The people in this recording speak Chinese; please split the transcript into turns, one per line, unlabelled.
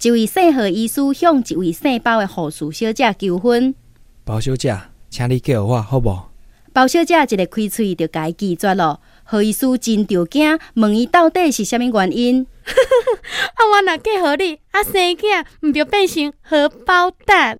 一位姓何医师向一位姓包的护士小姐求婚，
包小姐，请你叫我好无？
包小姐一个开喙就家拒绝咯。何医师真着惊，问伊到底是啥物原因？
啊，我若嫁互你，啊生囝毋着变成荷包蛋。